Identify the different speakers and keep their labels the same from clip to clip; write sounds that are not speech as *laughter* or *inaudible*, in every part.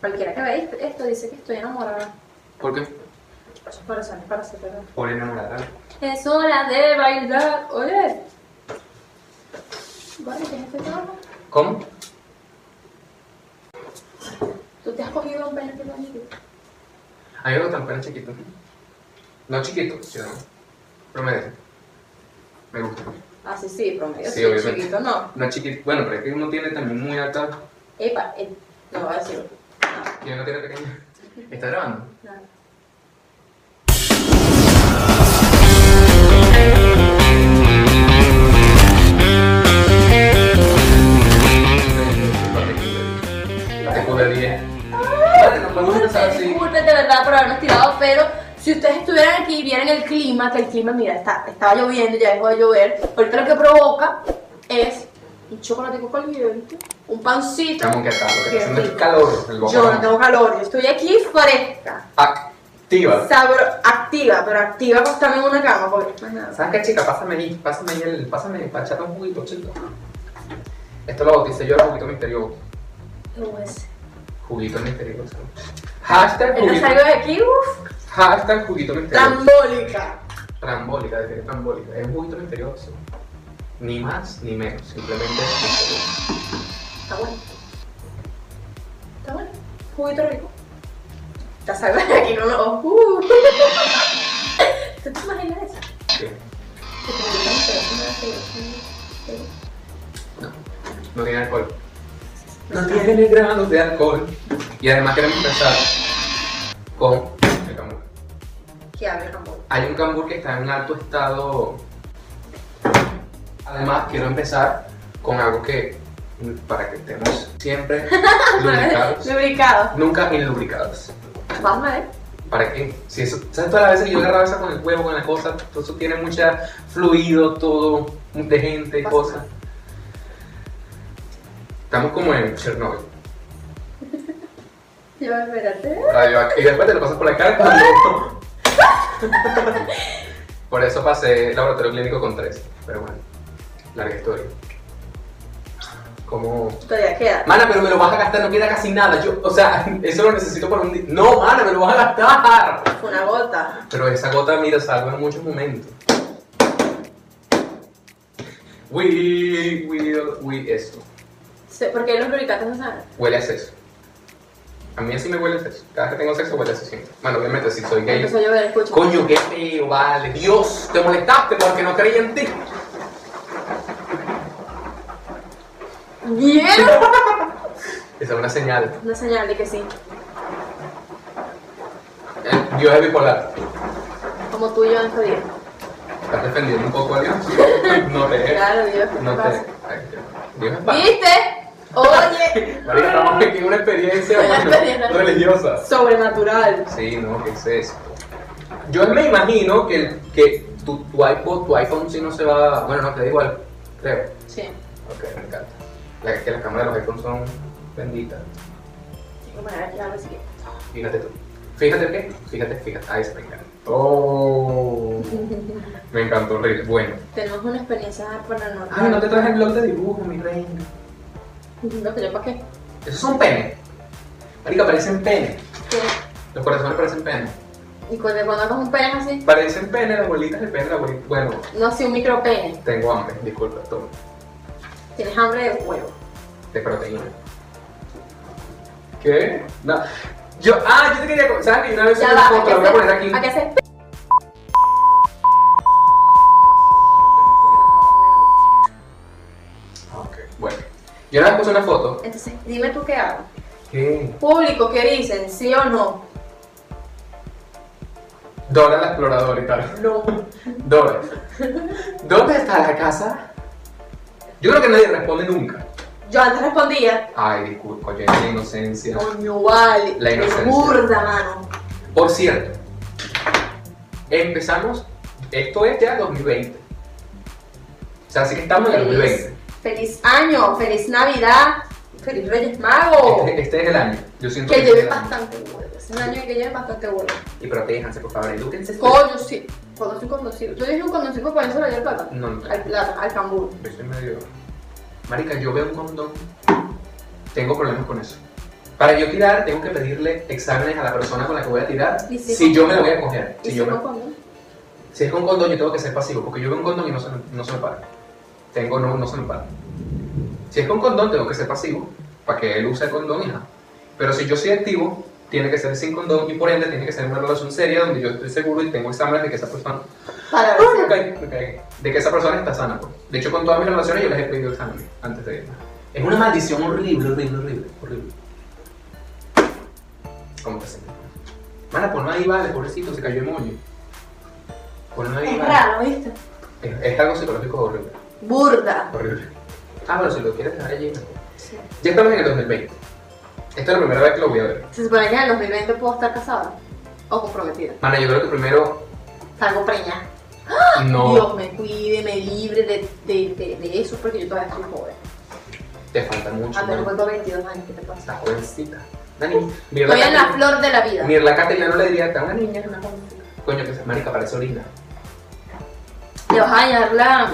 Speaker 1: raíz, esto dice que estoy enamorada.
Speaker 2: ¿Por qué?
Speaker 1: Sus corazones, para ser verdad.
Speaker 2: Por enamorada.
Speaker 1: Es hora de bailar, oye. Vale, ¿qué es este tema?
Speaker 2: ¿Cómo?
Speaker 1: ¿Tú te has cogido un pene pequeño?
Speaker 2: A mí me gustan penes chiquitos. No chiquitos, sino promedio. Me gustan.
Speaker 1: Ah, sí, sí, promedio.
Speaker 2: Sí,
Speaker 1: Sí,
Speaker 2: obviamente.
Speaker 1: chiquito, no.
Speaker 2: No chiquitos. Bueno, pero es que uno tiene también muy alta
Speaker 1: Epa, eh, no voy a decirlo.
Speaker 2: y uno tiene pequeña. ¿Está grabando?
Speaker 1: No, no.
Speaker 2: Tipo de 10. Vale, nos podemos empezar
Speaker 1: Disculpen,
Speaker 2: así.
Speaker 1: disculpen de verdad por habernos tirado, pero si ustedes estuvieran aquí y vieran el clima, que el clima, mira, está, estaba lloviendo, ya dejó de llover. Ahorita lo que provoca es un chocolatico caliente, un pancito.
Speaker 2: Estamos que está, lo que está
Speaker 1: Qué
Speaker 2: haciendo es
Speaker 1: rico.
Speaker 2: calor. El
Speaker 1: Yo no
Speaker 2: bocón.
Speaker 1: tengo calor, yo estoy aquí fresca,
Speaker 2: Activa.
Speaker 1: sabro, activa, pero activa acostarme en una cama, porque más nada.
Speaker 2: ¿Sabes qué, chica? Pásame ahí, pásame ahí el. Pásame, pachata un juguito, chica. Esto lo bauticé yo, el juguito misterioso.
Speaker 1: No es.
Speaker 2: Juguito misterioso. Hashtag
Speaker 1: Yo
Speaker 2: juguito.
Speaker 1: salgo de aquí, uff,
Speaker 2: Hashtag juguito misterioso.
Speaker 1: trambólica.
Speaker 2: Trambólica, de serie trambólica. Es un juguito misterioso. Ni más ni menos. Simplemente misterioso.
Speaker 1: Está bueno. Está bueno. Juguito rico. Está salvada de aquí, no lo. Uh. *laughs* ¿Tú te imaginas eso?
Speaker 2: Sí.
Speaker 1: Que te invitan a hacer una selección
Speaker 2: No. No tiene alcohol. No tiene grados de alcohol. Y además queremos empezar con el cambur.
Speaker 1: de- Que abre Hamburgo.
Speaker 2: Hay un cambur que está en un alto estado. Además, quiero empezar con algo que. para que estemos *laughs* siempre
Speaker 1: *laughs*
Speaker 2: lubricados.
Speaker 1: Lubricado.
Speaker 2: Nunca ilubricados.
Speaker 1: Vamos a ver.
Speaker 2: ¿Para qué? Si eso, ¿Sabes todas las veces que yo agarraba esa con el huevo, con la cosa? Todo eso tiene mucha fluido, todo, de gente y
Speaker 1: Pasa.
Speaker 2: cosas. Estamos como en Chernobyl.
Speaker 1: Yo, espérate.
Speaker 2: radioactivo. Y después te lo pasas por la cara *laughs* cuando... Por eso pasé el laboratorio clínico con tres. Pero bueno, larga historia. Como...
Speaker 1: Todavía queda.
Speaker 2: Mana, pero me lo vas a gastar, no queda casi nada. Yo, o sea, *laughs* eso lo necesito para un día. No, mana, me lo vas a gastar.
Speaker 1: Fue una gota.
Speaker 2: Pero esa gota, mira, salva en muchos momentos. We will, we esto.
Speaker 1: Se- Porque los lubricantes no saben.
Speaker 2: Huele a sexo. A mí así me huele a sexo. Cada vez que tengo sexo huele a sexo siempre. Bueno, obviamente si soy gay.
Speaker 1: Empezó a llover, escucha.
Speaker 2: Coño, qué feo, vale. Dios, te molestaste porque no creía en ti.
Speaker 1: ¡Bien!
Speaker 2: Esa es una señal.
Speaker 1: Una señal de que sí.
Speaker 2: Eh, Dios es bipolar.
Speaker 1: Como tú y yo en este día.
Speaker 2: Eh, ¿Estás defendiendo un poco a Dios? No te
Speaker 1: Claro, Dios, ¿qué te
Speaker 2: No te
Speaker 1: pasa?
Speaker 2: ay, Dios. Dios es padre.
Speaker 1: ¿Viste? Oye.
Speaker 2: *laughs* Marica, estamos aquí en una experiencia
Speaker 1: Una
Speaker 2: bueno,
Speaker 1: experiencia.
Speaker 2: religiosa.
Speaker 1: Sobrenatural.
Speaker 2: Sí, no, ¿qué es eso? Yo me imagino que, el- que tu, tu iPod, tu iPhone sí no se va... Bueno, no, te da igual, creo.
Speaker 1: Sí.
Speaker 2: Ok, me encanta. La, que las cámaras de los iPhones son benditas.
Speaker 1: Bueno, ya me sigue.
Speaker 2: Fíjate tú. Fíjate qué. Fíjate, fíjate. Ahí está, me encanta. Oh. Me encantó reír. Bueno.
Speaker 1: *laughs* Tenemos una experiencia paranormal.
Speaker 2: Ay, no te traes el blog de dibujo, mi reina.
Speaker 1: No, pero ¿para qué?
Speaker 2: Esos son penes. Marica, parecen penes.
Speaker 1: ¿Qué?
Speaker 2: Los corazones parecen penes.
Speaker 1: Y cuando cuando hagas un pene así,
Speaker 2: Parecen penes, las bolitas de pene, las bolitas. Bueno,
Speaker 1: no si un micro pene.
Speaker 2: tengo hambre, disculpa, todo.
Speaker 1: Tienes hambre de huevo.
Speaker 2: De proteína. ¿Qué? No. Yo, ah, yo te quería. co- ¿Sabes que una vez subí una foto? La voy a poner aquí.
Speaker 1: ¿A qué hacer?
Speaker 2: Ah, Ok, bueno. Yo una vez puse una foto.
Speaker 1: Entonces, dime tú qué hago.
Speaker 2: ¿Qué?
Speaker 1: Público, ¿qué dicen? ¿Sí o no?
Speaker 2: Dora la exploradora y tal.
Speaker 1: No.
Speaker 2: Dora. ¿Dónde está la casa? Yo creo que nadie responde nunca.
Speaker 1: Yo antes respondía,
Speaker 2: Ay, disculpa, oye, la inocencia.
Speaker 1: coño, vale.
Speaker 2: La inocencia.
Speaker 1: Burda, mano.
Speaker 2: Por cierto, empezamos, esto es ya 2020. O sea, así que estamos en el 2020.
Speaker 1: Feliz año, feliz Navidad, feliz Reyes Magos.
Speaker 2: Este, este es el año. Yo siento
Speaker 1: Que
Speaker 2: este es
Speaker 1: lleven
Speaker 2: el año.
Speaker 1: bastante huevo. Es un año que lleven bastante huevo.
Speaker 2: Y protéjanse, por favor, edúquense.
Speaker 1: Coño, sí. Cuando soy conducido. Yo dije un conducido para eso le dio el plata.
Speaker 2: No, no,
Speaker 1: Al plata, al cambur.
Speaker 2: yo soy medio... Marica, yo veo un condón. Tengo problemas con eso. Para yo tirar, tengo que pedirle exámenes a la persona con la que voy a tirar
Speaker 1: ¿Y si-
Speaker 2: si yo me la voy a coger.
Speaker 1: ¿Y
Speaker 2: Si,
Speaker 1: si
Speaker 2: yo me-
Speaker 1: no pongo?
Speaker 2: si es con condón, yo tengo que ser pasivo, porque yo veo un condón y no se, me- no se me para. Tengo, no, no se me para. Si es con condón, tengo que ser pasivo, para que él use el condón y nada. Pero si yo soy activo, tiene que ser sin condón y por ende tiene que ser una relación seria donde yo estoy seguro y tengo exámenes de que esa persona
Speaker 1: Para ver
Speaker 2: Ah, me
Speaker 1: si-
Speaker 2: caí, me caí. De que esa persona está sana. pues. De hecho, con todas mis relaciones yo les he pedido examen antes de irme. Es una maldición horrible, horrible, horrible, horrible. ¿Cómo te sientes? Mana, ponlo ahí, vale, pobrecito, se cayó el moño. Ponlo ahí,
Speaker 1: Es
Speaker 2: vale.
Speaker 1: raro, ¿viste?
Speaker 2: Es, es algo psicológico horrible,
Speaker 1: Burda.
Speaker 2: horrible. Ah, bueno, si lo quieres dejar allí. mejor.
Speaker 1: Sí.
Speaker 2: Ya estamos en el 2020. Esta es la primera vez que lo voy a ver.
Speaker 1: Se supone que en el 2020 puedo estar casada o comprometida.
Speaker 2: Mana, yo creo que primero
Speaker 1: Salgo preñada.
Speaker 2: no
Speaker 1: Dios me cuide, me libre de, de, de, de eso porque yo todavía estoy joven.
Speaker 2: te falta mucho.
Speaker 1: Antes no
Speaker 2: mana.
Speaker 1: cuento 22 años, ¿qué te pasa?
Speaker 2: Estás jovencita. Dani, mira
Speaker 1: Estoy en la
Speaker 2: cara.
Speaker 1: flor de la vida.
Speaker 2: Mirla Castellano no le diría a una niña, una joven. Coño, que se marica, parece orina.
Speaker 1: Le vas a dañar la,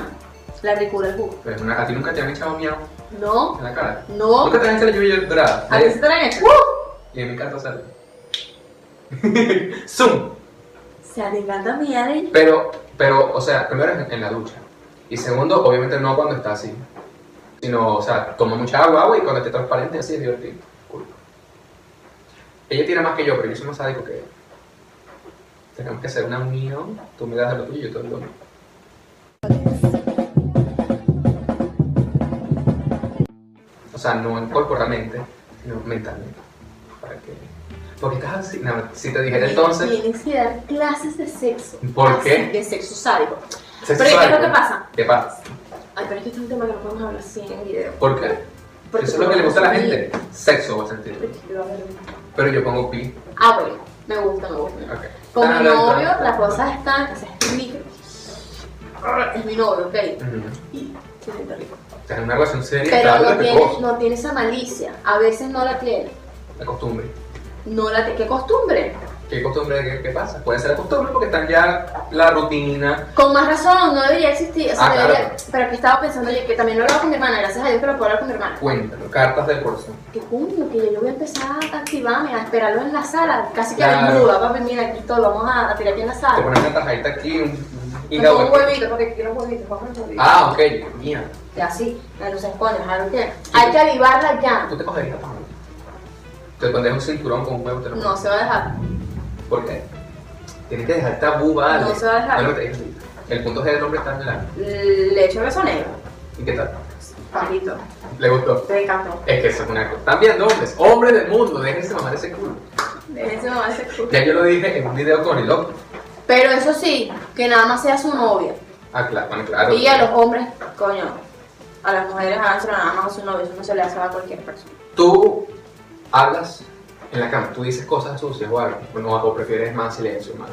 Speaker 1: la ricura al jugo.
Speaker 2: Pero es una, a ti nunca te han echado miau
Speaker 1: No,
Speaker 2: en la cara.
Speaker 1: no.
Speaker 2: Nunca te han hecho la lluvia dorada.
Speaker 1: ¿A qué se
Speaker 2: ¿eh?
Speaker 1: te la han hecho?
Speaker 2: Y me encanta hacerlo. *laughs* Zoom.
Speaker 1: Se adelanta mi ADN.
Speaker 2: Pero, pero, o sea, primero es en la ducha. Y segundo, obviamente no cuando está así. Sino, o sea, toma mucha agua, agua y cuando esté transparente así es divertido. Cool. Ella tiene más que yo, pero yo soy más sádico que ella. Tenemos que hacer una unión. Tú me das de lo tuyo y yo te doy lo mío. O sea, no corporalmente, sino mentalmente. Para que... Porque estás así. No, si te dijera entonces...
Speaker 1: Tienes que dar clases de sexo.
Speaker 2: ¿Por
Speaker 1: Así,
Speaker 2: qué?
Speaker 1: De sexo sádico. Pero
Speaker 2: sexo
Speaker 1: ¿qué es lo
Speaker 2: sádico.
Speaker 1: que pasa?
Speaker 2: ¿Qué pasa?
Speaker 1: Ay, pero es que este es un tema que no podemos hablar así en video.
Speaker 2: ¿Por qué?
Speaker 1: Porque
Speaker 2: Eso es lo que le gusta a la
Speaker 1: sí.
Speaker 2: gente. Sexo va a sentir.
Speaker 1: Porque lo hablo.
Speaker 2: Pero yo pongo pi.
Speaker 1: Ah, bueno. Me gusta, me gusta.
Speaker 2: Okay.
Speaker 1: Con
Speaker 2: Ah,
Speaker 1: mi
Speaker 2: la-
Speaker 1: novio,
Speaker 2: la-
Speaker 1: las cosas están. O sea, es mi. Es mi novio, ok.
Speaker 2: Ujú.
Speaker 1: Y se siente rico.
Speaker 2: Tener una relación seria es
Speaker 1: Pero
Speaker 2: algo
Speaker 1: no tiene,
Speaker 2: respetuoso.
Speaker 1: no tiene esa malicia. A veces no la tiene.
Speaker 2: La costumbre.
Speaker 1: No la tiene. ¿Qué costumbre?
Speaker 2: ¿Qué costumbre qué, qué pasa? Puede ser la costumbre porque están ya la rutina.
Speaker 1: Con más razón, no debería existir. O sea,
Speaker 2: Ah, claro.
Speaker 1: debería, Pero que estaba pensando yo, que también lo hablaba con mi hermana. Gracias a Dios que lo puedo hablar con mi hermana.
Speaker 2: Cuéntalo. Cartas del corazón.
Speaker 1: Que coño, que yo voy a empezar a activarme, a esperarlo en la sala. Casi que
Speaker 2: Claro.
Speaker 1: desnuda, papi, mira, aquí todo, vamos a, a tirar aquí en la
Speaker 2: Te
Speaker 1: sala.
Speaker 2: ponen una tajadita aquí. Un, un
Speaker 1: Y
Speaker 2: hígado
Speaker 1: Ah. un
Speaker 2: aquí.
Speaker 1: huevito, porque quiero huevitos, vamos a huevitos.
Speaker 2: Ah, ok. Mía.
Speaker 1: Y así, la luz se esconde, ¿sabes qué? Hay que alivarla ya.
Speaker 2: Tú te cogerías para Te pondrías un cinturón con un huevo. Te lo
Speaker 1: No se va a dejar.
Speaker 2: ¿Por qué? Tienes que dejar tabú, vale.
Speaker 1: No se va a dejar.
Speaker 2: Bueno, te- el punto G del hombre está en el ano.
Speaker 1: Le echo beso negro.
Speaker 2: ¿Y qué tal?
Speaker 1: Palito,
Speaker 2: ¿Le gustó?
Speaker 1: te encantó.
Speaker 2: Es que eso es una cosa. También hombres, hombres del mundo, déjense mamar ese culo.
Speaker 1: Déjense mamá ese culo.
Speaker 2: Ya yo lo dije en un video con el loco.
Speaker 1: Pero eso sí, que nada más sea su novia.
Speaker 2: Ah, claro, bueno, claro.
Speaker 1: Y a los hombres, coño, a las mujeres háganselo nada más a su novio. Eso no se le hace a cualquier persona.
Speaker 2: Tú hablas en la cama, tú dices cosas sucias o algo, o, no, o prefieres más silencio, más.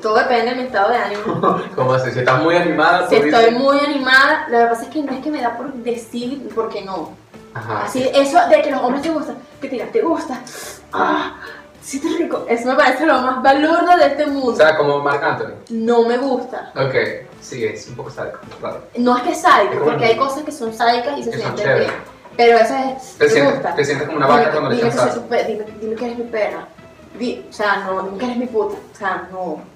Speaker 1: Todo depende de mi estado de ánimo.
Speaker 2: ¿Cómo así? Si estás muy animada,
Speaker 1: Si
Speaker 2: *laughs* tú dices-
Speaker 1: estoy muy animada, lo que pasa es que no es que me da por decir porque no.
Speaker 2: Ajá.
Speaker 1: Así, eso de que los hombres te gustan, que te digan, te gusta, ah, sí te rico, eso me parece lo más balurdo de este
Speaker 2: O
Speaker 1: mundo.
Speaker 2: sea, como Marc Anthony.
Speaker 1: No me gusta.
Speaker 2: Ok, sí, es un poco sádico, claro.
Speaker 1: No es que es
Speaker 2: Es
Speaker 1: sádico,
Speaker 2: como-
Speaker 1: porque hay cosas que son sádicas y se
Speaker 2: Que son
Speaker 1: sienten
Speaker 2: chéveres.
Speaker 1: bien. Pero eso es,
Speaker 2: Te
Speaker 1: me
Speaker 2: sientes,
Speaker 1: gusta.
Speaker 2: te sientes como una vaca
Speaker 1: Dime-
Speaker 2: cuando le
Speaker 1: dime
Speaker 2: echas
Speaker 1: que soy
Speaker 2: sal.
Speaker 1: su pe- dime, dime que eres mi perra. Di- o sea, no, dime que eres mi puta. O sea, no.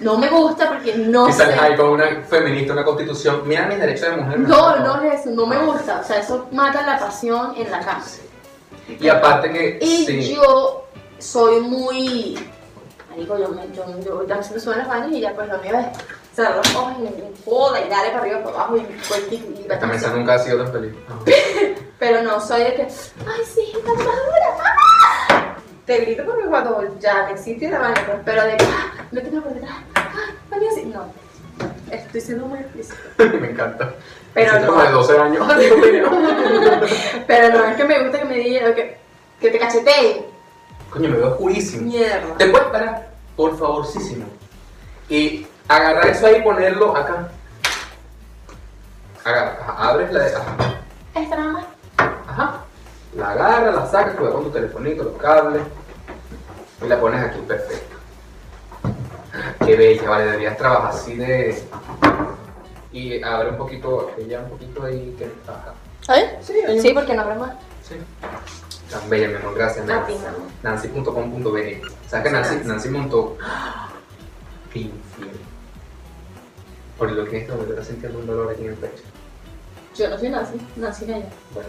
Speaker 1: No me gusta porque no
Speaker 2: Y sales ahí
Speaker 1: sé.
Speaker 2: con una feminista, una constitución. Mira mis derechos de mujer.
Speaker 1: No, no es eso, no me gusta. O sea, eso mata la pasión en la cama.
Speaker 2: Y aparte que.
Speaker 1: Y
Speaker 2: sí.
Speaker 1: yo soy muy. Marico, yo, me, yo, yo ya se me suben las manos y ya pues lo mío es cerrar los ojos y me joda y dale para arriba, para abajo y cuerpo y- y
Speaker 2: Esta mesa
Speaker 1: bastante.
Speaker 2: nunca ha sido tan feliz.
Speaker 1: Pero no, soy de que, ay sí, está madura, ¡ah!". Te grito porque cuando ya me sitio la vaina, pues, pero de que, ah, me tengo por detrás, ah, también sí. No, estoy siendo muy explícita.
Speaker 2: *laughs* Me encanta.
Speaker 1: Pero
Speaker 2: Siento
Speaker 1: no.
Speaker 2: como de 12 años. Ay, *laughs* Dios mío.
Speaker 1: Pero no, es que me gusta que me digan, que, que te cacheteen.
Speaker 2: Coño, me veo oscurísimo.
Speaker 1: Mierda.
Speaker 2: ¿Te puedes parar? Por favorcísimo. Y agarrar eso ahí y ponerlo acá. Agarra, ajá, abres la ajá.
Speaker 1: Esta nada más.
Speaker 2: ajá. La agarra, la sacas, cuidado con tu telefonito, los cables. Y la pones aquí, perfecto. Qué bella, vale, deberías trabajar así de. Y abre un poquito, ella un poquito ahí que ajá.
Speaker 1: ¿Sabes?
Speaker 2: Sí, hay un-
Speaker 1: Sí, porque no habrá más.
Speaker 2: Sí. Tan bella, mi amor, gracias,
Speaker 1: A
Speaker 2: Nancy.
Speaker 1: ti, mi amor.
Speaker 2: Nancy.com.be. ¿Sabes que Nancy,
Speaker 1: Nancy.
Speaker 2: Nancy montó? Qué infiel. Por lo que en este momento está sintiendo un dolor aquí en el pecho.
Speaker 1: Yo no soy Nancy, Nancy Naya. pues.
Speaker 2: Bueno,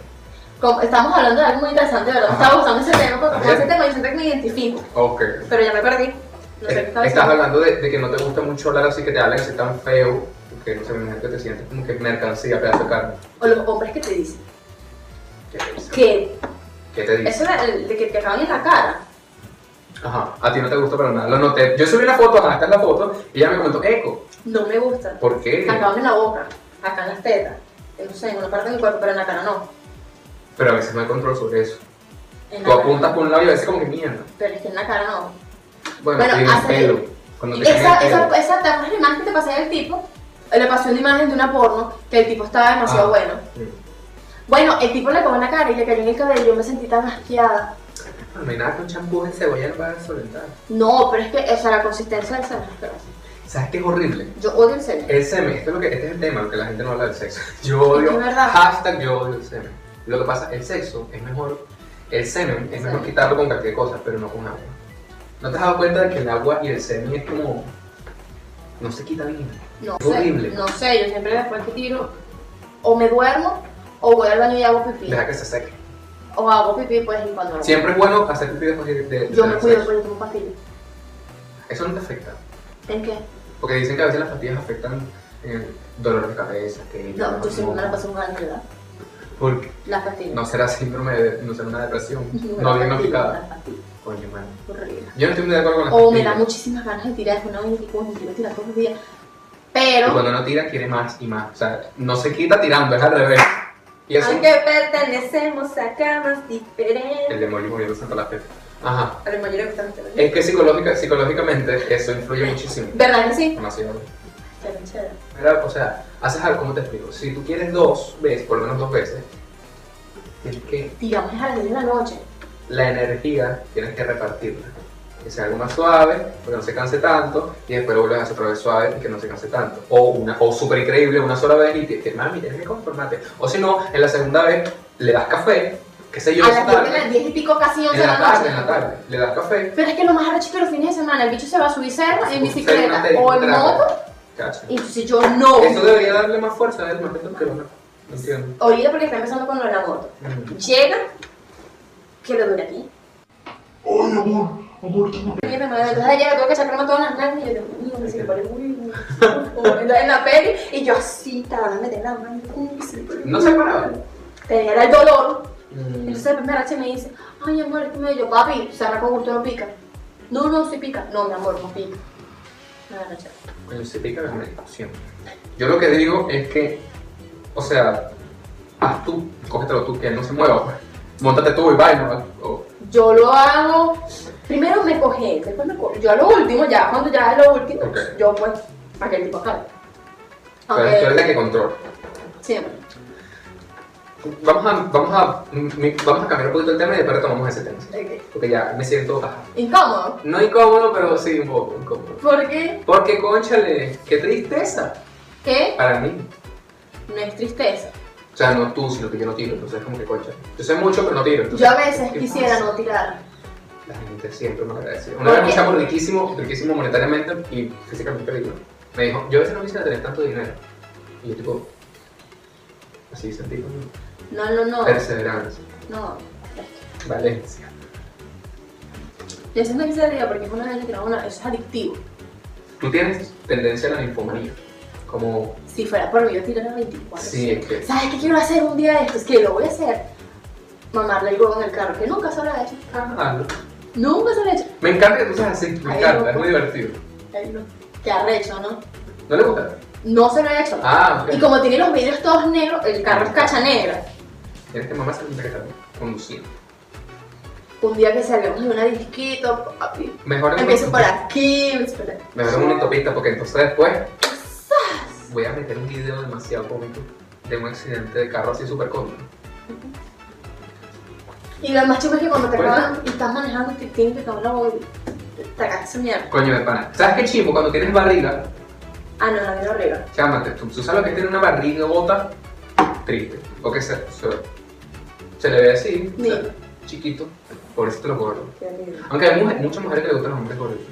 Speaker 1: Como- estamos hablando de algo muy interesante, ¿verdad? Me
Speaker 2: Ajá.
Speaker 1: estaba gustando ese tema, porque con
Speaker 2: Bien.
Speaker 1: ese tema yo siento que me identifico,
Speaker 2: ok.
Speaker 1: pero ya me perdí. No sé
Speaker 2: Eh,
Speaker 1: qué estaba
Speaker 2: Estás
Speaker 1: diciendo.
Speaker 2: hablando de, de que no te gusta mucho hablar así, que te hablen así tan feo, que no sé, me imagino que te sientes como que mercancía, pedazo de carne.
Speaker 1: O los hombres que te dicen
Speaker 2: ¿Qué te dice?
Speaker 1: que
Speaker 2: ¿Qué te dice?
Speaker 1: eso de, de que te acaban en la cara.
Speaker 2: Ajá, a ti no te gusta para nada. Lo noté. Yo subí la foto, ajá, esta es la foto, y ella me comentó, eco,
Speaker 1: No me gusta.
Speaker 2: ¿por qué?
Speaker 1: Acaban en la boca, acá en las tetas, no sé, en una parte del cuerpo, pero en la cara no.
Speaker 2: Pero a veces no hay control sobre eso.
Speaker 1: En
Speaker 2: Tú
Speaker 1: la cara.
Speaker 2: apuntas por un lado y a veces como que mierda.
Speaker 1: Pero es que en la cara no.
Speaker 2: Bueno,
Speaker 1: Bueno,
Speaker 2: te digo el
Speaker 1: hace-
Speaker 2: pelo. Cuando te
Speaker 1: Esa,
Speaker 2: caen el
Speaker 1: esa,
Speaker 2: pelo.
Speaker 1: esa, ¿te acuerdas la imagen que te pasé del tipo? Le pasé una imagen de una porno que el tipo estaba demasiado
Speaker 2: Ah.
Speaker 1: bueno.
Speaker 2: Mm.
Speaker 1: Bueno, el tipo le cagó en la cara y le cayó en el cabello. Yo me sentí tan asqueada.
Speaker 2: Bueno, No hay nada que un champú en cebolla no va a solventar.
Speaker 1: No, pero es que esa la consistencia del semen. pero
Speaker 2: ¿Sabes qué es horrible?
Speaker 1: Yo odio el semen.
Speaker 2: El semen, esto es lo que, este es el tema, lo que la gente no habla del sexo. *laughs* Yo
Speaker 1: Es que
Speaker 2: odio,
Speaker 1: es verdad.
Speaker 2: hashtag yo odio el semen. Lo que pasa, el sexo es mejor, el semen es mejor
Speaker 1: Sí.
Speaker 2: quitarlo con cualquier cosa, pero no con agua. ¿No te has dado cuenta de que el agua y el semen es como, no se quita bien?
Speaker 1: No
Speaker 2: es
Speaker 1: sé,
Speaker 2: horrible.
Speaker 1: no sé, yo siempre después que tiro o me duermo o voy al baño y hago pipí.
Speaker 2: Deja que se seque.
Speaker 1: O hago pipí pues y cuando hago.
Speaker 2: Siempre es bueno hacer pipí después de, de-
Speaker 1: Yo
Speaker 2: de
Speaker 1: me cuido
Speaker 2: hacer
Speaker 1: pues.
Speaker 2: sexo.
Speaker 1: porque tomo pastillas.
Speaker 2: Eso no te afecta,
Speaker 1: ¿En qué?
Speaker 2: porque dicen que a veces las pastillas afectan eh, dolor de cabeza, que...
Speaker 1: No, pues, yo siempre me la paso un año, ¿verdad?
Speaker 2: Porque
Speaker 1: Las pastillas.
Speaker 2: no será síndrome de, no será una depresión, no
Speaker 1: Las
Speaker 2: diagnosticada.
Speaker 1: pastillas, Las pastillas,
Speaker 2: Coño, mano.
Speaker 1: horrible.
Speaker 2: Yo no estoy muy de acuerdo con las
Speaker 1: O me da
Speaker 2: pastillas.
Speaker 1: muchísimas ganas de tirar, es una vaina que coño, quiero tirar todos los días.
Speaker 2: Y
Speaker 1: Pero
Speaker 2: cuando no tira, quiere más y más. O sea, no se quita tirando, es al revés. Y eso,
Speaker 1: aunque pertenecemos a camas
Speaker 2: el
Speaker 1: diferentes.
Speaker 2: demonio moviendo Santa la teta. Ajá.
Speaker 1: A la mayoría que están ustedes.
Speaker 2: Es que psicológica, psicológicamente eso influye muchísimo.
Speaker 1: ¿Verdad que sí?
Speaker 2: Demasiado.
Speaker 1: Pero chévere.
Speaker 2: Era, o sea, haces algo, ¿cómo te explico? Si tú quieres dos veces, por lo menos dos veces, tienes que,
Speaker 1: Digamos es a las 10 de la noche.
Speaker 2: la energía tienes que repartirla. Que sea algo más suave, que no se canse tanto, y después lo vuelves a hacer otra vez suave y que no se canse tanto. O una, o súper increíble una sola vez y te, te mami, tienes que conformarte. O si no, en la segunda vez le das café, qué sé yo,
Speaker 1: a
Speaker 2: esa
Speaker 1: las 10 de
Speaker 2: tarde.
Speaker 1: la 10 y pico, casi 11
Speaker 2: En
Speaker 1: de
Speaker 2: la
Speaker 1: la
Speaker 2: tarde, en la
Speaker 1: noche.
Speaker 2: tarde. Le das café.
Speaker 1: Pero es que lo más arrecho es que los fines de semana el bicho se va a subir cerro en bicicleta
Speaker 2: Una
Speaker 1: o en
Speaker 2: telita,
Speaker 1: moto.
Speaker 2: cacha.
Speaker 1: Y entonces yo no.
Speaker 2: Eso debería darle más fuerza a él, más que no. No entiendo.
Speaker 1: Ahorita porque está empezando con lo de la moto.
Speaker 2: Mm.
Speaker 1: Llega, que lo dure aquí.
Speaker 2: Ay, amor, amor, qué amor.
Speaker 1: Entonces ayer tuve que sacarme todas las manos y yo digo, mío, me se me pone muy
Speaker 2: *laughs*
Speaker 1: muy- Entonces, en la peli y yo así, estaba meter la mano. uy, se me pone
Speaker 2: No
Speaker 1: muy-
Speaker 2: se paraban.
Speaker 1: Tenía era el dolor.
Speaker 2: Mm.
Speaker 1: Entonces después me arracha y me dice, ay amor, es que me yo, papi, sabrá con gusto no pica. No, no, sí pica. No, mi amor, no pica. Me arracha.
Speaker 2: Coño, se pica la meditación. Yo lo que digo es que, o sea, haz tú, cógetelo tú, que él no se mueva. pues. Móntate tú y vaina. o-
Speaker 1: Yo lo hago. Primero me coge, después me coge. Yo a lo último, ya, cuando ya es lo último,
Speaker 2: Ok.
Speaker 1: yo pues, para que el tipo acabe.
Speaker 2: Pero
Speaker 1: Aunque-
Speaker 2: tú eres la que controla.
Speaker 1: Siempre.
Speaker 2: Vamos a, vamos, a, mi- vamos a cambiar un poquito el tema y después retomamos ese tema. ¿sí?
Speaker 1: Ok.
Speaker 2: Porque ya me siento ajá.
Speaker 1: Incómodo.
Speaker 2: No incómodo, pero sí un poco incómodo.
Speaker 1: ¿Por qué?
Speaker 2: Porque, conchale, qué tristeza
Speaker 1: ¿Qué?
Speaker 2: para mí.
Speaker 1: No es tristeza.
Speaker 2: O sea, no tú, sino que yo no tiro. Entonces, como que concha. Yo sé mucho, pero no tiro. entonces,
Speaker 1: Yo a veces
Speaker 2: ¿qué
Speaker 1: quisiera
Speaker 2: pasa?
Speaker 1: no tirar.
Speaker 2: La gente siempre me agradece. Una
Speaker 1: ¿Por
Speaker 2: vez un
Speaker 1: qué?
Speaker 2: chavo riquísimo, riquísimo monetariamente y físicamente rico, me dijo, yo a veces no quisiera tener tanto dinero. Y yo tipo, así sentí como
Speaker 1: No, no, no.
Speaker 2: perseverancia,
Speaker 1: No.
Speaker 2: valencia.
Speaker 1: Yo siento que se diga porque es una vaina que no, una- eso es adictivo.
Speaker 2: Tú tienes tendencia a la ninfomanía, como,
Speaker 1: Si fuera por mí, yo tirara 24.
Speaker 2: sí, es que,
Speaker 1: ¿Sabes qué quiero hacer un día de estos? Que lo voy a hacer. Mamarle el huevo en el carro, que nunca se lo ha hecho.
Speaker 2: ah, hazlo.
Speaker 1: Nunca se lo ha hecho.
Speaker 2: Me encanta que tú seas así, me
Speaker 1: Ay,
Speaker 2: encanta,
Speaker 1: loco.
Speaker 2: es muy divertido.
Speaker 1: Ay, no. Qué arrecho, ¿no?
Speaker 2: ¿No le gusta?
Speaker 1: No se lo ha hecho.
Speaker 2: Ah, ok. Ah.
Speaker 1: Y como tiene los vidrios todos negros, el carro es cacha negra.
Speaker 2: Tienes que mamá se que está conduciendo.
Speaker 1: Un día que salgamos de una disquito, papi,
Speaker 2: Mejor en
Speaker 1: empiezo por
Speaker 2: una,
Speaker 1: aquí, empiezo por aquí.
Speaker 2: mejor en una autopista, porque entonces después voy a meter un video demasiado cómico de un accidente de carro así súper cómico.
Speaker 1: Y lo más chico es que cuando te
Speaker 2: Bueno.
Speaker 1: acaban y estás manejando, te tienes que acabar la boca y te cagas esa mierda.
Speaker 2: Coño de pana. ¿Sabes qué chimbo? Cuando tienes barriga,
Speaker 1: Ah, no, la vida arriba.
Speaker 2: chámate, tú, tú sabes lo que es tener una barriga bota, triste. Porque se, se, se le ve así. o sea,
Speaker 1: Ni-
Speaker 2: chiquito, pobrecito los gordos.
Speaker 1: Qué horrible.
Speaker 2: Aunque hay mujer- muchas mujeres que les gustan los hombres gorditos.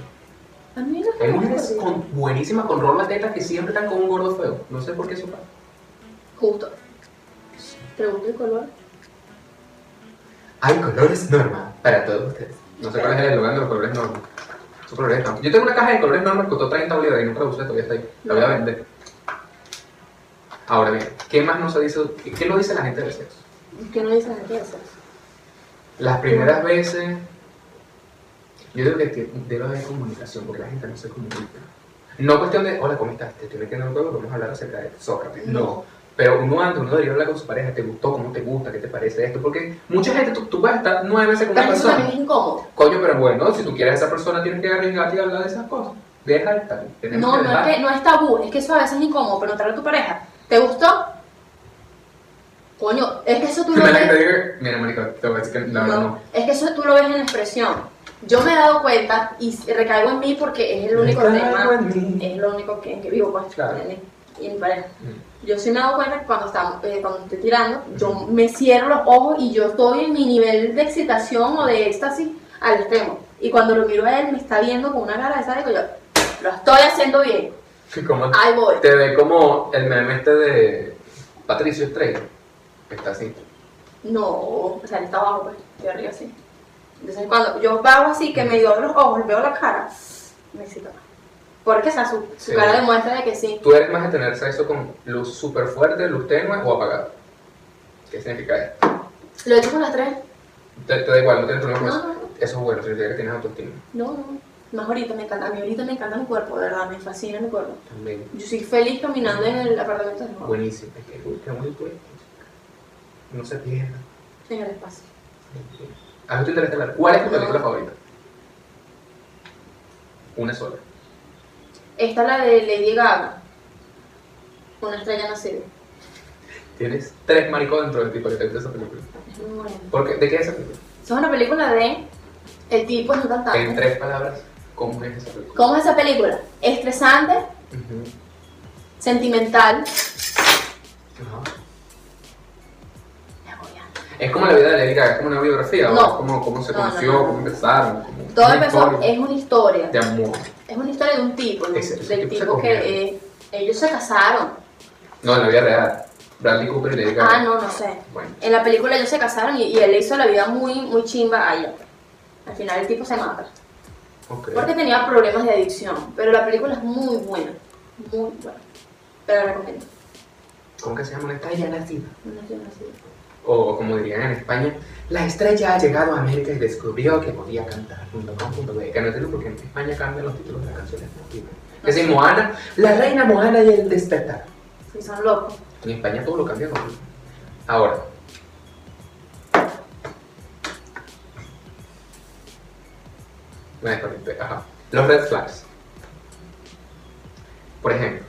Speaker 1: A mí no
Speaker 2: Hay
Speaker 1: me
Speaker 2: mujeres
Speaker 1: parece.
Speaker 2: con, buenísimas con rolas tetas que siempre están con un gordo feo. No sé por qué eso pasa.
Speaker 1: Justo. Pregunta el color.
Speaker 2: Hay colores norma para todos ustedes. No sé cuál es el eslogan de los colores norma. Son colores norma. Yo tengo una caja de colores norma que costó 30 bolívares y nunca la usé, todavía está ahí. La voy a vender. Ahora bien, ¿qué más no se dice? ¿Qué qué no dice la gente del sexo?
Speaker 1: ¿Qué no dicen aquí eso?
Speaker 2: Las primeras veces, yo digo que te- debe haber comunicación, porque la gente no se comunica. No cuestión de, hola, ¿cómo estás? Te estoy metiendo en el juego, vamos a hablar acerca de Sócrates. No. Pero uno antes, uno debería hablar con su pareja, ¿te gustó? ¿Cómo te gusta? ¿Qué te parece esto? Porque mucha gente, tú, tú vas a estar nueve meses con una
Speaker 1: Pero eso
Speaker 2: persona.
Speaker 1: también es incómodo.
Speaker 2: Coño, pero bueno, si tú quieres a esa persona, tienes que arriesgarte y hablar de esas cosas. Deja de estar. tenemos
Speaker 1: No,
Speaker 2: que
Speaker 1: no
Speaker 2: dejar.
Speaker 1: es, que, no es tabú, es que eso a veces es incómodo. Preguntarle a tu pareja, ¿te gustó? Coño, es que eso tú lo
Speaker 2: Me la gente
Speaker 1: ves.
Speaker 2: diga, Mira, marico, te voy a decir que la verdad no.
Speaker 1: No, es que eso tú lo ves en la expresión. Yo me he dado cuenta y recaigo en mí porque es el único tema. es lo único que, que vivo pues
Speaker 2: Claro.
Speaker 1: en, en mi pareja.
Speaker 2: Mm.
Speaker 1: Yo sí me he dado cuenta que cuando, estamos, eh, cuando estoy tirando, yo me cierro los ojos y yo estoy en mi nivel de excitación o de éxtasis al extremo. Y cuando lo miro a él, me está viendo con una cara de sádico, yo lo estoy haciendo bien.
Speaker 2: ¿Cómo
Speaker 1: Ahí voy.
Speaker 2: Te ve como el meme este de Patricio Estrella, que está así.
Speaker 1: No, o sea, él está abajo, pues, yo arriba así. Entonces, cuando yo bajo así, que me dio los ojos, veo la cara, me excita más. Porque, o sea, su, su
Speaker 2: Sí.
Speaker 1: cara demuestra de que sí.
Speaker 2: ¿Tú eres más de tener sexo con luz súper fuerte, luz tenue o apagada? ¿Qué significa esto?
Speaker 1: Lo he hecho con las tres.
Speaker 2: Te, te da igual, no tienes problema con
Speaker 1: No,
Speaker 2: eso.
Speaker 1: no, no.
Speaker 2: Eso es bueno, significa que tienes autoestima.
Speaker 1: No, no, más ahorita me encanta, a mí ahorita me encanta mi cuerpo, de verdad, me fascina mi cuerpo.
Speaker 2: También.
Speaker 1: Yo soy feliz caminando en el apartamento de nuevo,
Speaker 2: Buenísimo. Es que, uy, qué bonito es. No se pierda.
Speaker 1: en el espacio.
Speaker 2: ¿Has visto Interestelar? ¿Cuál es tu
Speaker 1: No.
Speaker 2: película favorita? Una sola.
Speaker 1: Esta es la de Lady Gaga, una estrella nacida,
Speaker 2: Tienes tres maricos dentro de ti para que te guste esa película.
Speaker 1: es muy buena.
Speaker 2: ¿Por qué? ¿De qué es esa película?
Speaker 1: Es una película de el tipo es un
Speaker 2: En
Speaker 1: cantante.
Speaker 2: tres palabras, ¿cómo es esa película?
Speaker 1: ¿Cómo es esa película? Estresante,
Speaker 2: Ujú.
Speaker 1: sentimental
Speaker 2: Ajá.
Speaker 1: y agobiante.
Speaker 2: Es como la vida de Lady Gaga, es como una biografía,
Speaker 1: No.
Speaker 2: o es como cómo se
Speaker 1: No, no,
Speaker 2: conoció,
Speaker 1: no, no.
Speaker 2: cómo empezaron, como
Speaker 1: Todo
Speaker 2: una
Speaker 1: empezó,
Speaker 2: historia
Speaker 1: es una historia,
Speaker 2: de amor.
Speaker 1: es una historia de un tipo, de-
Speaker 2: Ese- ese
Speaker 1: del
Speaker 2: tipo se
Speaker 1: tipo
Speaker 2: comía.
Speaker 1: que eh, ellos se casaron.
Speaker 2: No, en la vida real. Bradley Cooper y Lady Gaga.
Speaker 1: Ah, no, no sé.
Speaker 2: Bueno,
Speaker 1: En la película ellos se casaron y, y él le hizo la vida muy, muy chimba a ella. Al final el tipo se mata.
Speaker 2: ok.
Speaker 1: Porque tenía problemas de adicción. Pero la película es muy buena. Muy buena. Te la recomiendo.
Speaker 2: ¿Cómo que se llama? Una estrella latina.
Speaker 1: No sé, no sé.
Speaker 2: O como dirían en España, la estrella ha llegado a América y descubrió que podía cantar. punto com, punto be. Que no entiendo porque en España cambian los títulos de las canciones. Es decir, Moana, la reina Moana y el despertar.
Speaker 1: Sí, son locos.
Speaker 2: En España todo lo cambia con Ahora. Me desconecté, ajá. Los red flags. Por ejemplo,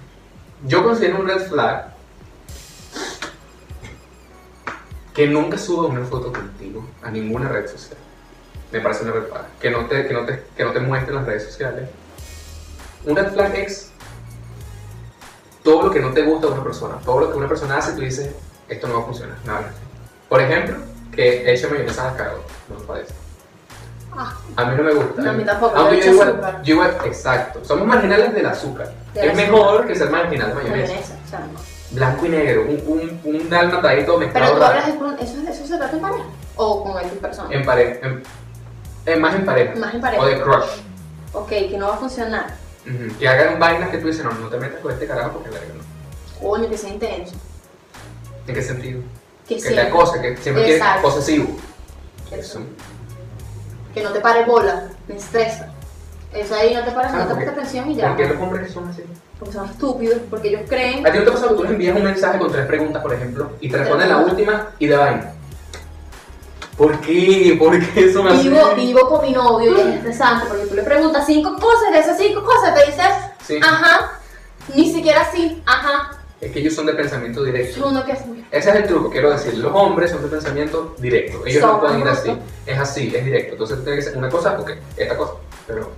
Speaker 2: yo considero un red flag que nunca suba una foto contigo a ninguna red social. Me parece una red flag. Que no te, que no te, que no te muestren las redes sociales. Un red flag es todo lo que no te gusta de una persona, todo lo que una persona hace, tú dices, esto no va a funcionar, nada. Por ejemplo, que eche mayonesa a las carabotas, no me parece.
Speaker 1: Ah,
Speaker 2: A mí no me gusta.
Speaker 1: No, a mí tampoco,
Speaker 2: Aunque
Speaker 1: le
Speaker 2: yo
Speaker 1: echo
Speaker 2: igual,
Speaker 1: azúcar.
Speaker 2: yo igual, exacto. Somos marginales del azúcar.
Speaker 1: Del
Speaker 2: es
Speaker 1: azúcar.
Speaker 2: mejor que ser marginal de mayonesa.
Speaker 1: mayonesa. O sea, no.
Speaker 2: Blanco y negro, un, un, un dálmata ahí todo
Speaker 1: Pero
Speaker 2: mezclado.
Speaker 1: tú
Speaker 2: raro.
Speaker 1: hablas de con- ¿Eso, eso se trata en pareja? ¿O con X persona?
Speaker 2: En pareja. En, en- más en pareja.
Speaker 1: Más en pareja.
Speaker 2: O de crush.
Speaker 1: Ok, que no va a funcionar.
Speaker 2: Ujú. Que hagan vainas que tú dices, no, no te metas con este carajo porque la no.
Speaker 1: Coño, que sea intenso.
Speaker 2: ¿En qué sentido?
Speaker 1: Que
Speaker 2: Que te
Speaker 1: sea.
Speaker 2: acose, que siempre quieres
Speaker 1: Exacto.
Speaker 2: posesivo.
Speaker 1: Que,
Speaker 2: Eso.
Speaker 1: que no te pare bola. Me estresa. Eso ahí no te pares,
Speaker 2: Ah,
Speaker 1: no te
Speaker 2: porque-
Speaker 1: presta atención y ya.
Speaker 2: ¿Por qué los hombres son así?
Speaker 1: Porque son estúpidos, porque ellos creen.
Speaker 2: ¿A ti no te pasa que tú les envías un mensaje con tres preguntas, por ejemplo, y te responden la última y de vaina? ¿Por qué? ¿Por qué eso me hace?
Speaker 1: Vivo, vivo con mi novio y es estresante porque tú le preguntas cinco cosas, de esas cinco cosas te dices,
Speaker 2: Sí,
Speaker 1: ajá, ni siquiera sí, ajá.
Speaker 2: es que ellos son de pensamiento
Speaker 1: Es
Speaker 2: directo.
Speaker 1: uno que es muy.
Speaker 2: Ese es el truco, quiero decir, los hombres son de pensamiento directo. Ellos no
Speaker 1: Son,
Speaker 2: pueden ir
Speaker 1: ajá,
Speaker 2: así.
Speaker 1: son.
Speaker 2: Es así, es directo. Entonces tiene que ser una cosa, ok, esta cosa. Pero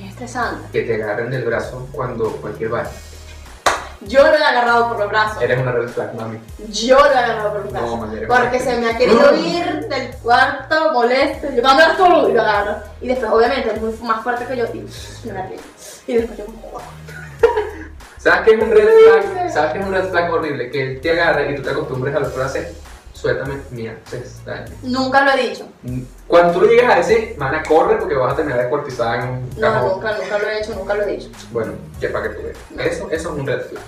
Speaker 1: Es estresante.
Speaker 2: que te agarren del brazo cuando cualquier vaina.
Speaker 1: Yo lo he agarrado por los brazos.
Speaker 2: Eres una red flag, mami.
Speaker 1: Yo lo he agarrado por los
Speaker 2: No,
Speaker 1: brazos.
Speaker 2: madre,
Speaker 1: porque
Speaker 2: madre.
Speaker 1: se me ha querido
Speaker 2: Mm.
Speaker 1: ir del cuarto, molesto. Yo cuando eres tú, y lo agarro. Y después, obviamente, es muy más fuerte que yo. Y me la río. Y después yo "Guau".
Speaker 2: ¿Sabes qué es un red flag? ¿Sabes qué es un red flag horrible? Que él te agarre y tú te acostumbres a la frase, suéltame mi haces daño.
Speaker 1: Nunca lo he dicho.
Speaker 2: Cuando tú le llegas a decir, mana, corre porque vas a terminar descuartizada en un
Speaker 1: No,
Speaker 2: cajón.
Speaker 1: nunca, nunca lo he hecho, nunca lo he dicho.
Speaker 2: Bueno, que para que tú veas. Eso, eso es un red flag.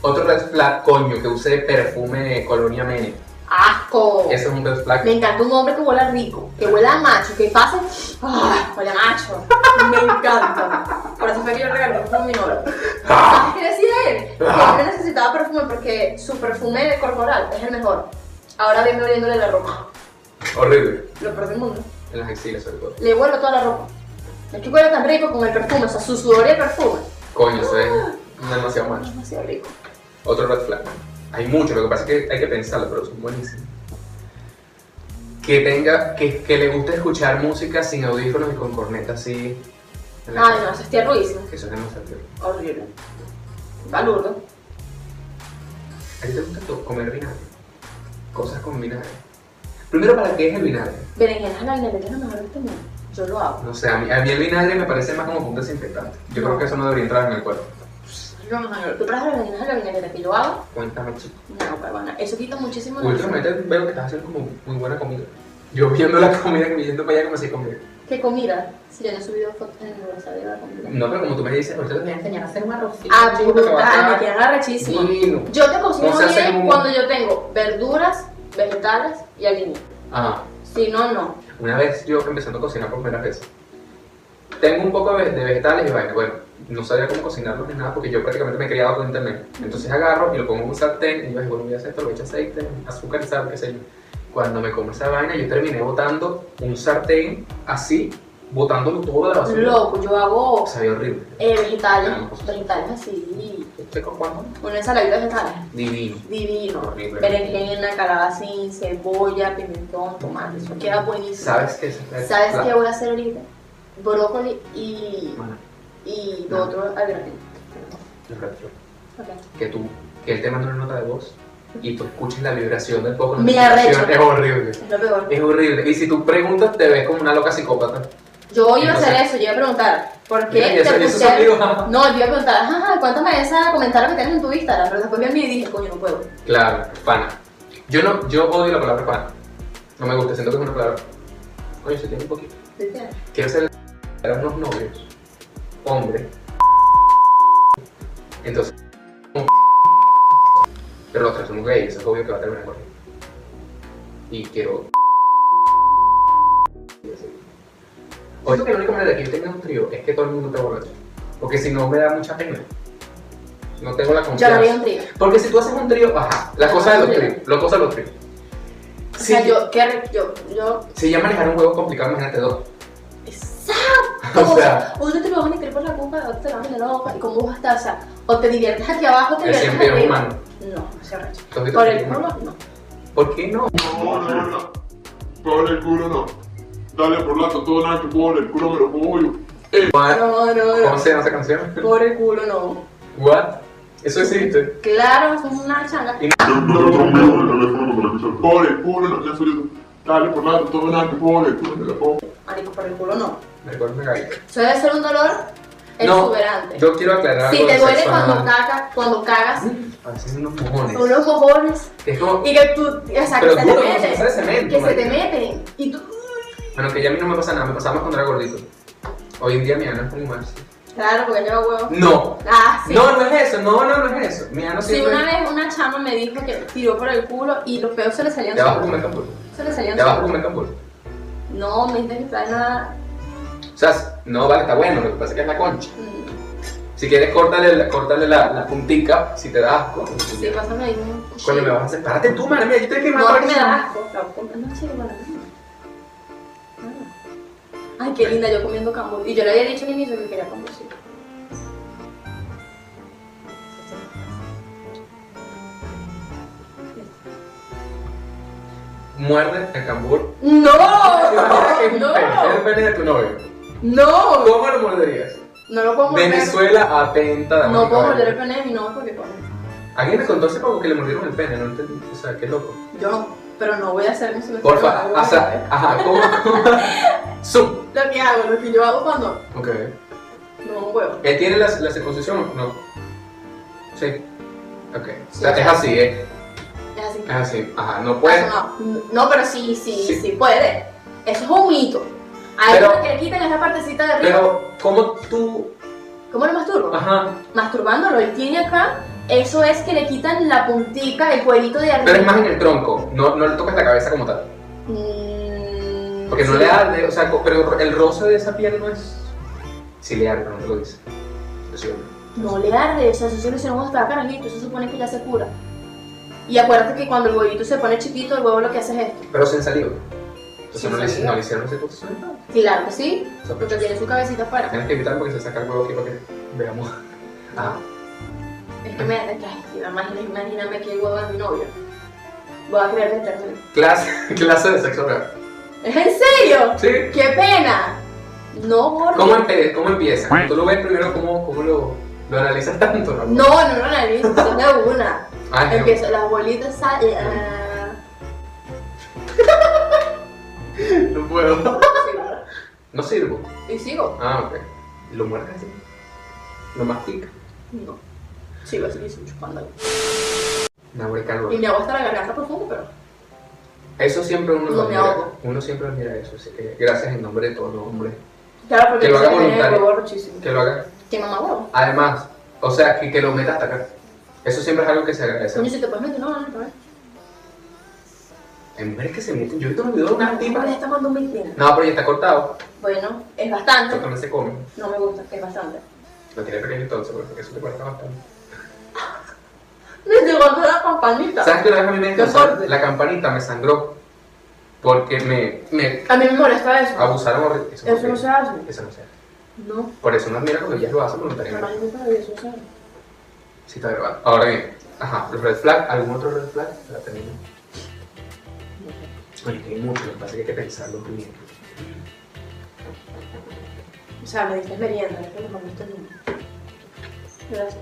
Speaker 2: Otro red flag, coño, que use perfume de Colonia Mene.
Speaker 1: ¡Asco!
Speaker 2: Eso es un red flag.
Speaker 1: Me encanta un hombre que huela rico, que huela a macho, que pase. ¡Ah! Huele a macho. Me encanta. Por eso fue que yo regalé un perfume a mi novio. ¿Sabes qué decía él? Que él necesitaba perfume porque su perfume de corporal es el mejor. Ahora viene oliéndole la ropa.
Speaker 2: Horrible.
Speaker 1: Lo peor del mundo.
Speaker 2: En las exilas, sobre todo.
Speaker 1: Le huelo toda la ropa. Es que huele tan rico con el perfume, o sea, su sudor y el perfume.
Speaker 2: Coño, eso es demasiado
Speaker 1: Es
Speaker 2: macho.
Speaker 1: demasiado rico.
Speaker 2: Otro red flag. Hay muchos, lo que pasa es que hay que pensarlo, pero son buenísimos. Que tenga, que, que le guste escuchar música sin audífonos y con corneta así. en la
Speaker 1: Ay,
Speaker 2: cara.
Speaker 1: no, eso es tierruísimo.
Speaker 2: Eso es demasiado. peor.
Speaker 1: Horrible. Balurdo.
Speaker 2: ¿A ti te gusta to- comer vinagre? Cosas con vinagre. Primero, ¿para qué es el vinagre?
Speaker 1: Berenjenas a la vinaigreta es lo mejor del mundo. Yo lo hago.
Speaker 2: No sé, a mí, a mí el vinagre me parece más como un desinfectante. Yo creo que eso no debería entrar en el cuerpo.
Speaker 1: Yo no sé, Tú traes las berenjenas a la vinaigreta que yo hago.
Speaker 2: Cuéntame, chico.
Speaker 1: No, pero bueno, eso quita muchísimo. la-
Speaker 2: Últimamente veo que estás haciendo como muy buena comida. Yo viendo la comida y yendo para allá como si comida.
Speaker 1: ¿Qué comida? Si yo no he subido fotos en el WhatsApp de la comida.
Speaker 2: No, pero como tú me dices, ahorita te voy a enseñar a hacer un arrocito.
Speaker 1: Ah,
Speaker 2: chico, que va a
Speaker 1: brutal, me
Speaker 2: estar
Speaker 1: quedan arrechísimo.
Speaker 2: divino.
Speaker 1: Yo te cocino
Speaker 2: No se hace
Speaker 1: bien
Speaker 2: como-
Speaker 1: cuando yo tengo verduras, vegetales y aliño.
Speaker 2: Ah,
Speaker 1: Si no, no.
Speaker 2: una vez yo empezando a cocinar por primera vez, tengo un poco de de vegetales y vaina. Bueno, no sabía cómo cocinarlos ni nada porque yo prácticamente me he criado por internet. Entonces agarro y lo pongo en un sartén y yo digo, bueno, voy a hacer esto, le echo aceite, azúcar y sal, qué sé yo. Cuando me como esa vaina, yo terminé botando un sartén así, botándolo todo de la basura.
Speaker 1: Loco, yo hago
Speaker 2: Sabía horrible.
Speaker 1: eh, vegetales,
Speaker 2: Ah, no.
Speaker 1: vegetales así.
Speaker 2: ¿Este con cuándo?
Speaker 1: Una ensaladita de vegetales.
Speaker 2: Divino.
Speaker 1: Divino.
Speaker 2: Horrible.
Speaker 1: Berenjena, calabacín, cebolla, pimentón, tomate. Eso queda buenísimo.
Speaker 2: ¿Sabes qué? es?
Speaker 1: ¿Sabes
Speaker 2: La-
Speaker 1: qué voy a hacer ahorita? Brócoli y,
Speaker 2: Bueno,
Speaker 1: y
Speaker 2: No.
Speaker 1: lo otro al gratín.
Speaker 2: los retro.
Speaker 1: Ok.
Speaker 2: que tú, que él te manda una nota de voz y tú escuches la vibración del poco.
Speaker 1: Me arrecho.
Speaker 2: Es horrible.
Speaker 1: Es lo peor.
Speaker 2: Es horrible. Y si tú preguntas, te ves como una loca psicópata.
Speaker 1: Yo iba a hacer
Speaker 2: Entonces-
Speaker 1: eso, yo iba a preguntar, ¿por
Speaker 2: Mira,
Speaker 1: qué
Speaker 2: y eso-
Speaker 1: te
Speaker 2: y eso
Speaker 1: pusieron-
Speaker 2: son amigos. *laughs*
Speaker 1: No, yo iba a preguntar, ajá, cuéntame esa comentario que tienes en tu Instagram, pero después vi el video y dije, coño, no puedo.
Speaker 2: Claro, pana. Yo no, yo odio la palabra pana. No me gusta, siento que es una palabra. Oye, se tiene un poquito. Quiero ser el- a unos novios. Hombre. Entonces, un pero los tres somos gays, eso es obvio que va a terminar con él. Y quiero. Oye, que la única manera de que yo tenga un trío es que todo el mundo te borracho. Porque si no me da mucha pena. No tengo la
Speaker 1: Yo no haría
Speaker 2: confianza.
Speaker 1: un trío.
Speaker 2: Porque si tú haces un trío, ajá, la cosa de los tríos, la cosa de los tríos.
Speaker 1: O
Speaker 2: Sí.
Speaker 1: sea, yo, qué re- yo, yo,
Speaker 2: Si ya manejar un juego complicado, imagínate dos.
Speaker 1: exacto.
Speaker 2: O sea-
Speaker 1: uno te lo van a meter por la boca, otro te lo van a meter por la boca, y cómo vas a estar, o sea, o te diviertes aquí abajo, o te
Speaker 2: El
Speaker 1: diviertes
Speaker 2: siempre es humano.
Speaker 1: No, no se arrecho.
Speaker 2: ¿Tú has visto
Speaker 1: Por
Speaker 2: el
Speaker 1: el
Speaker 2: siempre
Speaker 1: culo,
Speaker 2: humano?
Speaker 1: no.
Speaker 2: ¿Por qué no?
Speaker 3: No, no, no. Por el culo no. Dale por la totona que por el culo me lo pongo yo.
Speaker 1: No, no,
Speaker 2: Ah, ¿Cómo
Speaker 1: no.
Speaker 2: se llama esa canción?
Speaker 1: Por el culo, no.
Speaker 2: ¿What? Eso eh. existe.
Speaker 1: Claro, es una changa.
Speaker 3: No, no, no, Por el culo no, ya soy yo. Dale por la totona que por el culo me lo pongo.
Speaker 1: Marico, por el culo, no.
Speaker 2: Me recuerdo una galleta.
Speaker 1: Eso debe ser un dolor
Speaker 2: No,
Speaker 1: exuberante.
Speaker 2: Yo quiero aclarar
Speaker 1: Si
Speaker 2: algo
Speaker 1: te
Speaker 2: del
Speaker 1: duele
Speaker 2: sexo
Speaker 1: cuando,
Speaker 2: anal.
Speaker 1: caga, cuando cagas,
Speaker 2: A veces unos mojones.
Speaker 1: unos cojones,
Speaker 2: Es como...
Speaker 1: y que tú, o sea, que
Speaker 2: Pero
Speaker 1: se
Speaker 2: duro,
Speaker 1: te
Speaker 2: como si
Speaker 1: meten,
Speaker 2: fuese cemento.
Speaker 1: que se te
Speaker 2: marico.
Speaker 1: meten, y tú,
Speaker 2: Bueno, que ya a mí no me pasa nada, me pasaba más cuando era gordito. Hoy en día mi ano es como más.
Speaker 1: claro, porque lleva huevo.
Speaker 2: No.
Speaker 1: Ah, sí.
Speaker 2: No, no es eso, no, no, no es eso. Mi ano
Speaker 1: Sí,
Speaker 2: siempre.
Speaker 1: una vez una chama me dijo que tiró por el culo y los peos se le salían
Speaker 2: Te vas a comer
Speaker 1: solos.
Speaker 2: cambur.
Speaker 1: Se le salían
Speaker 2: Te vas a
Speaker 1: solos.
Speaker 2: comer cambur.
Speaker 1: No, me dice que trae nada.
Speaker 2: O sea, no, vale, está bueno, lo que pasa es que es la concha.
Speaker 1: mm,
Speaker 2: Si quieres, córtale, la- córtale la, la puntica si te da asco.
Speaker 1: Sí, pásame ahí. un
Speaker 2: Coño, me vas a hacer. Párate tú, madre mía, yo te que
Speaker 1: No,
Speaker 2: matar.
Speaker 1: porque me da asco. la voy a comer. No, sí, bueno, no. Ah. Ay, qué linda, yo comiendo cambur. Y yo le había dicho al inicio que quería cambur, sí.
Speaker 2: Muerde el cambur. *laughs*
Speaker 1: ¡No!
Speaker 2: Es un
Speaker 1: ¡No!
Speaker 2: pene, es el pene de tu novio.
Speaker 1: ¡No!
Speaker 2: ¿Cómo lo morderías?
Speaker 1: No lo puedo morder.
Speaker 2: Venezuela atenta.
Speaker 1: No puedo morder el
Speaker 2: morder.
Speaker 1: pene de mi novio porque coño.
Speaker 2: Alguien me contó hace poco que le mordieron el pene, no entendí. O sea, qué loco.
Speaker 1: Yo no, pero no voy a hacer música.
Speaker 2: Porfa, o sea, ajá, ¿cómo?
Speaker 1: *laughs*
Speaker 2: Zoom.
Speaker 1: Lo que hago, lo que yo hago cuando
Speaker 2: Ok.
Speaker 1: no huevo.
Speaker 2: ¿Él tiene la, la circuncisión o no? Sí. Ok. O sea,
Speaker 1: Sí.
Speaker 2: es así, ¿eh?
Speaker 1: Es así.
Speaker 2: Es así. Ajá, no puede.
Speaker 1: Ah, no, no, pero sí, sí,
Speaker 2: Ah, Sí.
Speaker 1: sí, puede. Eso es un mito. A él
Speaker 2: Pero-
Speaker 1: lo que le quitan es la partecita de arriba.
Speaker 2: Pero, ¿cómo tú?
Speaker 1: ¿Cómo lo masturbo?
Speaker 2: Ajá.
Speaker 1: Masturbándolo, él tiene acá. Eso es que le quitan la puntica, el cuerito de arriba.
Speaker 2: Pero es más en el tronco, no, no le tocas la cabeza como tal.
Speaker 1: Mm,
Speaker 2: Porque no
Speaker 1: sí.
Speaker 2: le arde, o sea, co- pero el roce de esa piel no es. Sí le arde, pero no te lo dice. Lo sigo.
Speaker 1: No le arde, o sea, eso se lo hicieron cuando estaba carnalito, eso se supone que ya se cura. Y acuérdate que cuando el huevito se pone chiquito, el huevo lo que hace es esto.
Speaker 2: Pero sin saliva. Entonces
Speaker 1: Sin
Speaker 2: no, le,
Speaker 1: saliva.
Speaker 2: no le hicieron circuncisión.
Speaker 1: Claro que sí, porque
Speaker 2: Sospechoso.
Speaker 1: tiene su cabecita afuera.
Speaker 2: Tienes pues, que evitar porque se saca el huevo aquí para que veamos. Ah.
Speaker 1: Es que me es que, ay, imagina- imagíname que el huevo es mi novio. Voy a creer que es término.
Speaker 2: Clase, *laughs* clase de sexo oral.
Speaker 1: ¿Es en serio?
Speaker 2: Sí.
Speaker 1: ¡Qué pena! No, gordo.
Speaker 2: ¿Cómo, empe- cómo empieza? ¿Tú lo ves primero? ¿Cómo, cómo lo, lo analizas tanto? No.
Speaker 1: No, no lo analizo, es de
Speaker 2: *laughs*
Speaker 1: una.
Speaker 2: Ah, no.
Speaker 1: Empiezo, las bolitas salen. ah,
Speaker 2: *laughs* No puedo.
Speaker 1: sigo.
Speaker 2: No sirvo.
Speaker 1: ¿Y sigo?
Speaker 2: Ah, ok. ¿Lo muerdes así? ¿Lo mastica?
Speaker 1: No. Sigo, así que sigo chupando.
Speaker 2: No, güey, calvo.
Speaker 1: Y me hago hasta la garganta profunda, pero.
Speaker 2: Eso siempre uno lo
Speaker 1: No me
Speaker 2: mira.
Speaker 1: ahogo.
Speaker 2: Uno siempre mira eso. Así que gracias en nombre de todos los hombres.
Speaker 1: Claro, porque
Speaker 2: Que lo
Speaker 1: eso
Speaker 2: haga
Speaker 1: tiene el
Speaker 2: voluntario.
Speaker 1: huevo rochísimo.
Speaker 2: Que lo hagan.
Speaker 1: ¿Qué mamá huevo?
Speaker 2: Además, o sea, que, que lo metas hasta acá. Eso siempre es algo que se agradece.
Speaker 1: Coño, si te puedes meter, no, no, no, no.
Speaker 2: Hay mujeres que se meten. Yo he visto unos videos de unas
Speaker 1: Tipo, le
Speaker 2: tipas.
Speaker 1: está mandando un mentira.
Speaker 2: No, pero ya está cortado.
Speaker 1: Bueno, es
Speaker 2: Eso
Speaker 1: bastante.
Speaker 2: también se come.
Speaker 1: No me gusta, es bastante. *laughs*
Speaker 2: Lo tiene pequeño entonces, porque eso te cuesta bastante.
Speaker 1: Me llegó toda la campanita.
Speaker 2: ¿Sabes que una vez a mí me
Speaker 1: Qué
Speaker 2: descansaron?
Speaker 1: fuerte.
Speaker 2: La campanita me sangró porque me, me
Speaker 1: A mí me molesta eso.
Speaker 2: abusaron horrible. Eso,
Speaker 1: Eso no se hace.
Speaker 2: Eso no se hace.
Speaker 1: No,
Speaker 2: Por eso uno admira cuando ellas lo hacen
Speaker 1: jamás me
Speaker 2: voluntariamente.
Speaker 1: gusta eso se hace.
Speaker 2: Sí, está verbal. Ahora bien, ajá, los red flag, ¿algún otro red flag? La tenemos. Oye, que hay mucho, lo que pasa es que hay que pensarlo primero.
Speaker 1: O sea, me diste merienda, es lo que me gusta nunca. Gracias.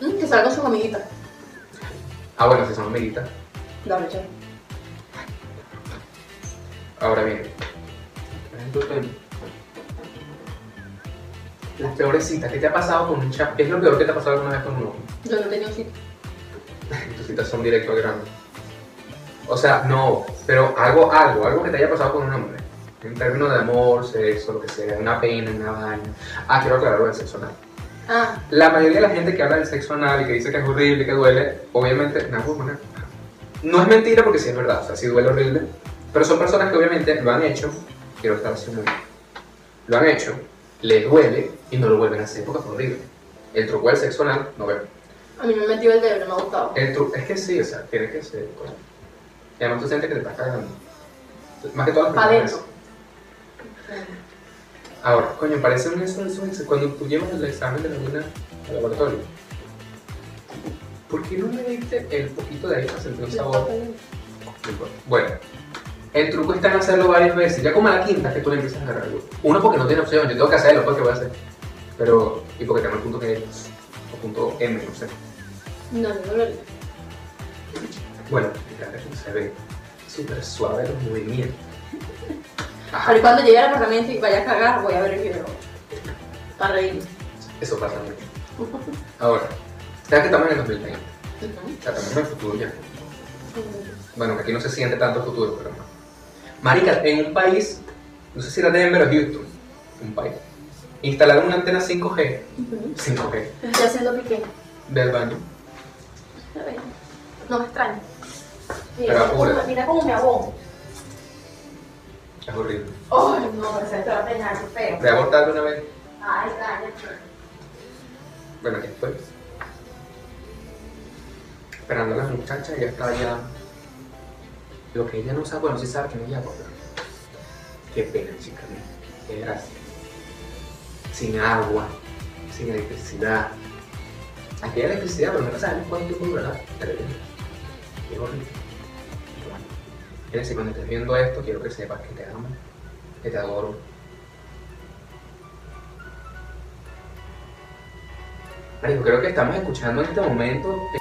Speaker 1: Mm, que salga sus amiguitas.
Speaker 2: Ah, bueno, si son amiguitas.
Speaker 1: Dale, chao.
Speaker 2: Ahora bien, las peores citas, ¿qué te ha pasado con un chap? ¿Qué es lo peor que te ha pasado alguna vez con un hombre? *laughs*
Speaker 1: Yo no tenía un sitio.
Speaker 2: tus citas son directo al grano. O sea, no, pero algo, algo, algo que te haya pasado con un hombre. En términos de amor, sexo, lo que sea, una pena, una vaina. Ah, quiero aclararlo del sexo anal.
Speaker 1: Ah,
Speaker 2: La mayoría de la gente que habla del sexo anal y que dice que es horrible, que duele, obviamente, no, bueno, no es mentira porque sí es verdad, o sea, sí duele horrible. Pero son personas que obviamente lo han hecho, quiero estar haciendo lo han hecho, les duele y no lo vuelven a hacer porque es horrible. El truco del sexo anal, no vemos.
Speaker 1: a mí me metió el dedo, no me ha gustado.
Speaker 2: El tru- es que sí, o sea, tiene que ser. coño. Y además tú sientes que te estás cagando. Más que todo las
Speaker 1: Pa'
Speaker 2: primeras
Speaker 1: dentro.
Speaker 2: veces. Ahora, coño, parece un eso, eso, eso. Cuando tú llevas el examen de la luna al laboratorio, ¿por qué no me diste el poquito de ahí para sentir un sabor? No importa. Bueno, el truco está en hacerlo varias veces. Ya como a la quinta es que tú le empiezas a agarrar el gusto. Uno porque no tiene opción, yo tengo que hacerlo, pues que voy a hacer. Pero, y porque tengo el punto que o punto M, no sé.
Speaker 1: No, no, no lo haría.
Speaker 2: Bueno, fíjate, se ve súper suave los movimientos. Ajá,
Speaker 1: Pero cuando llegue al apartamento y vaya a cagar, voy a ver el video. Para reírme.
Speaker 2: eso pasa mucho. Ahora, sabes que estamos en el 2020,
Speaker 1: Ujú.
Speaker 2: o sea, estamos en el futuro ya. Bueno, que aquí no se siente tanto futuro, pero no. Marica, en un país, no sé si era Denver o Houston, un país, instalaron una antena 5G,
Speaker 1: Ujú.
Speaker 2: 5G,
Speaker 1: Estoy haciendo pequeño.
Speaker 2: del baño.
Speaker 1: Está bien. No me extraña.
Speaker 2: Pero
Speaker 1: Mira,
Speaker 2: apúrate.
Speaker 1: mira cómo me abogo.
Speaker 2: Es horrible.
Speaker 1: Ay, no, pero se te va a peinar, qué feo.
Speaker 2: ¿Te abortar una vez?
Speaker 1: Ay, pues. cállate.
Speaker 2: Bueno, aquí estoy. Esperando a las muchachas, ya está ya. Lo que ella no sabe, bueno, sí sabe que no llegó, pero. Qué pena, chica, mía. qué gracia. Sin agua, sin electricidad. Aquí hay electricidad, pero no la sabes cuánto tiempo durará. Terrible. Qué horrible. Pero Bueno, quiere decir, cuando estés viendo esto, quiero que sepas que te amo, que te adoro, Marico, creo que estamos escuchando en este momento